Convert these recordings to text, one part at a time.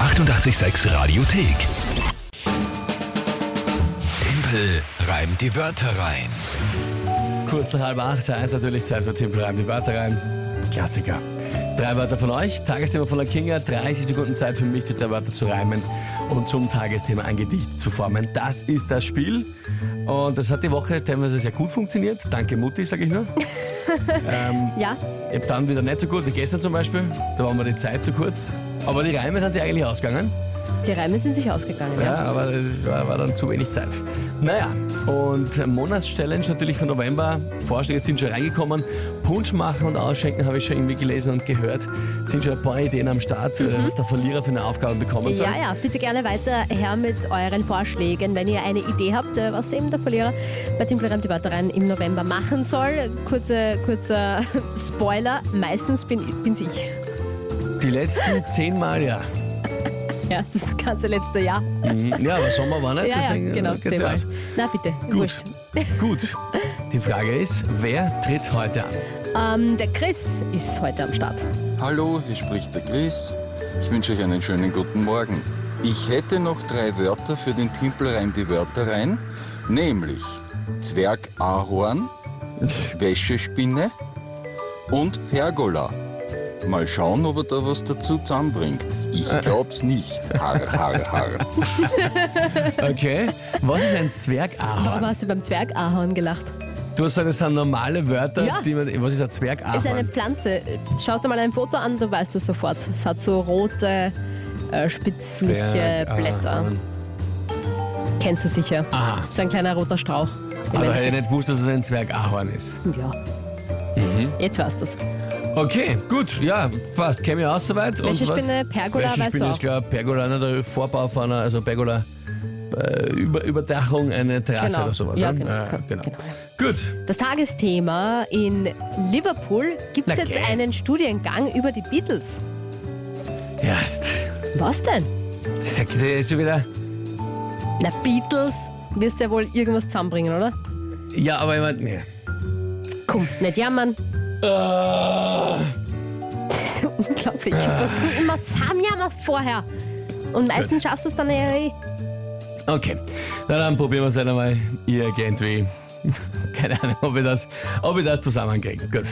886 Radiothek. Tempel reimt die Wörter rein. Kurz nach halb acht, da ist natürlich Zeit für Timpel rein. Die Wörter rein. Klassiker. Drei Wörter von euch, Tagesthema von der Kinga, 30 Sekunden Zeit für mich, die drei Wörter zu reimen und zum Tagesthema ein Gedicht zu formen. Das ist das Spiel. Und das hat die Woche teilweise sehr gut funktioniert. Danke Mutti, sage ich nur. Ja, Ich hab dann wieder nicht so gut, wie gestern zum Beispiel. Da waren wir die Zeit zu kurz. Aber die Reime sind sich eigentlich ausgegangen. die Reime sind sich ausgegangen. Ja. Ja, aber es war, war dann zu wenig Zeit. Naja, und Monatschallenge natürlich von November. Vorschläge sind schon reingekommen. Punsch machen und ausschenken habe ich schon irgendwie gelesen und gehört. Sind schon ein paar Ideen am Start, äh, was der Verlierer für eine Aufgabe bekommen soll. Mhm. Ja, ja, bitte gerne weiter her mit euren Vorschlägen. Wenn ihr eine Idee habt, äh, was eben der Verlierer bei Team Florian die Wörter rein im November machen soll, kurze, kurzer Spoiler, meistens bin, bin's ich. Die letzten zehn Mal, ja. Ja, das ganze letzte Jahr. Mhm. Ja, aber Sommer war nicht, Ja, deswegen ja, äh, genau, geht's zehnmal. aus. Na bitte, Gut, wurscht. gut. Die Frage ist, wer tritt heute an? Ähm, der Chris ist heute am Start. Hallo, hier spricht der Chris. Ich wünsche euch einen schönen guten Morgen. Ich hätte noch drei Wörter für den Timpelreim die Wörter rein, nämlich Zwergahorn, Wäschespinne und Pergola. Mal schauen, ob er da was dazu zusammenbringt. Ich glaub's nicht. Har, har, har. Okay, was ist ein Zwergahorn? Warum hast du beim Zwergahorn gelacht? Du hast gesagt, das sind normale Wörter, Ja. die man. Was ist ein Zwergahorn? Ist eine Pflanze. Schaust dir mal ein Foto an, du weißt es sofort. Es hat so rote, äh, spitzliche Zwergahorn. Blätter. Kennst du sicher. Aha. So ein kleiner roter Strauch. Aber hätte Im ich Endeffekt. nicht gewusst, dass es ein Zwergahorn ist. Ja. Mhm. Jetzt weißt du es. Okay, gut, ja, passt. Käme ja aus soweit. Und Wäschespinne, was? Pergola, Wäschespinne weißt du ist auch. klar, Pergola, ne, der Vorbau von einer, also Pergola, äh, Über, Überdachung, eine Terrasse Genau. oder sowas. Ja, ne? genau. Ah, genau. Genau. Gut, Das Tagesthema in Liverpool gibt es Na, jetzt gell. einen Studiengang über die Beatles. erst. Was denn? Das ist schon wieder. Na, Beatles wirst ja wohl irgendwas zusammenbringen, oder? Ja, aber immer. Nee. Komm, nicht jammern. Ah, Das ist ja unglaublich, was du immer zusammenjammerst vorher. Und meistens schaffst du es dann ja eh. Okay, na dann probieren wir es halt einmal irgendwie. Keine Ahnung, ob ich das, ob ich das zusammenkriege. Gut.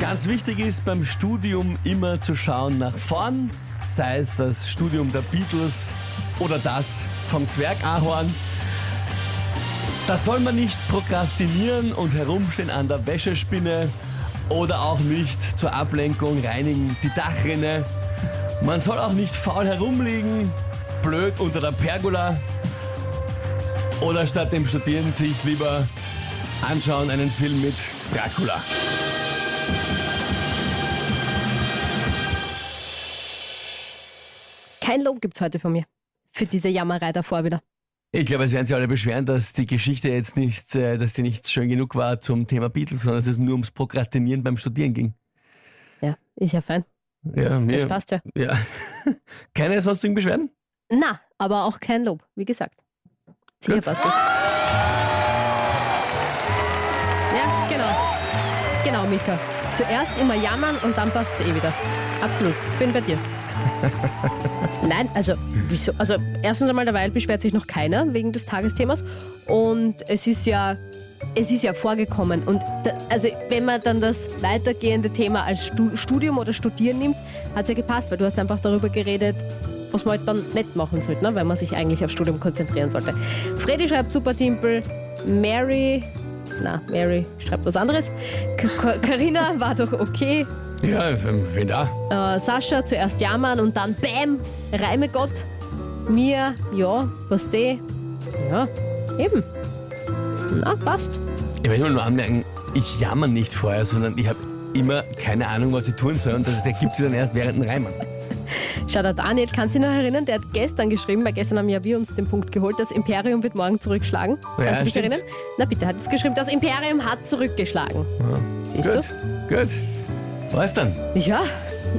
Ganz wichtig ist beim Studium immer zu schauen nach vorn, sei es das Studium der Beatles oder das vom Zwergahorn. Da soll man nicht prokrastinieren und herumstehen an der Wäschespinne oder auch nicht zur Ablenkung reinigen die Dachrinne. Man soll auch nicht faul herumliegen, blöd unter der Pergola oder statt dem Studieren sich lieber anschauen einen Film mit Dracula. Kein Lob gibt's heute von mir. Für diese Jammerei davor wieder. Ich glaube, es werden sich alle beschweren, dass die Geschichte jetzt nicht, äh, dass die nicht schön genug war zum Thema Beatles, sondern dass es nur ums Prokrastinieren beim Studieren ging. Ja, ist ja fein. Ja, mir, Das passt ja. ja. Keine sonstigen Beschwerden? Na, aber auch kein Lob, wie gesagt. Sicher Gut. passt das. Ja, genau. Genau, Mika. Zuerst immer jammern und dann passt es eh wieder. Absolut. Bin bei dir. Nein, also, wieso? Also, erstens einmal derweil beschwert sich noch keiner wegen des Tagesthemas. Und es ist ja, es ist ja vorgekommen. Und da, also, wenn man dann das weitergehende Thema als Stu- Studium oder Studieren nimmt, hat es ja gepasst, weil du hast einfach darüber geredet, was man halt dann nicht machen sollte, ne? wenn man sich eigentlich aufs Studium konzentrieren sollte. Freddy schreibt super Timpel. Mary, na, Mary schreibt was anderes. K- K- Carina war doch okay. Ja, wenn da. Äh, Sascha zuerst jammern und dann BÄM, Reime Gott. Mir, ja, was de? Ja, eben. Na, passt. Ich will nur anmerken, ich jammer nicht vorher, sondern ich habe immer keine Ahnung, was ich tun soll und das ergibt sich dann erst während dem Reimen. Schau, der Daniel kann sich noch erinnern, der hat gestern geschrieben, weil gestern haben ja wir uns den Punkt geholt, das Imperium wird morgen zurückschlagen. Ja, Kannst du dich stimmt. erinnern? Na bitte, hat jetzt geschrieben, das Imperium hat zurückgeschlagen. Siehst Gut, gut. Was dann? du? Ja,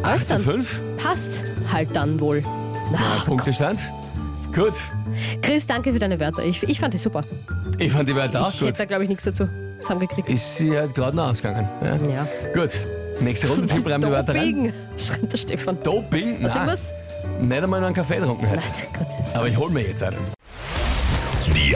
alles 8 zu dann. 5? Passt halt dann wohl. Ach, Punktestand? Gut. Chris, danke für deine Wörter. Ich, ich fand die super. Ich fand die Wörter auch ich hätte gut. da, glaube ich, nichts dazu zusammengekriegt. Ist sie halt gerade noch ausgegangen. Ja. Ja. Gut. Nächste Runde, Tipp, reim die Wörter rein. Doping, schreit der Stefan. Doping? Hast du Nein, irgendwas? nicht einmal noch einen Kaffee getrunken. heute. Also gut. Aber ich hol mir jetzt einen. Die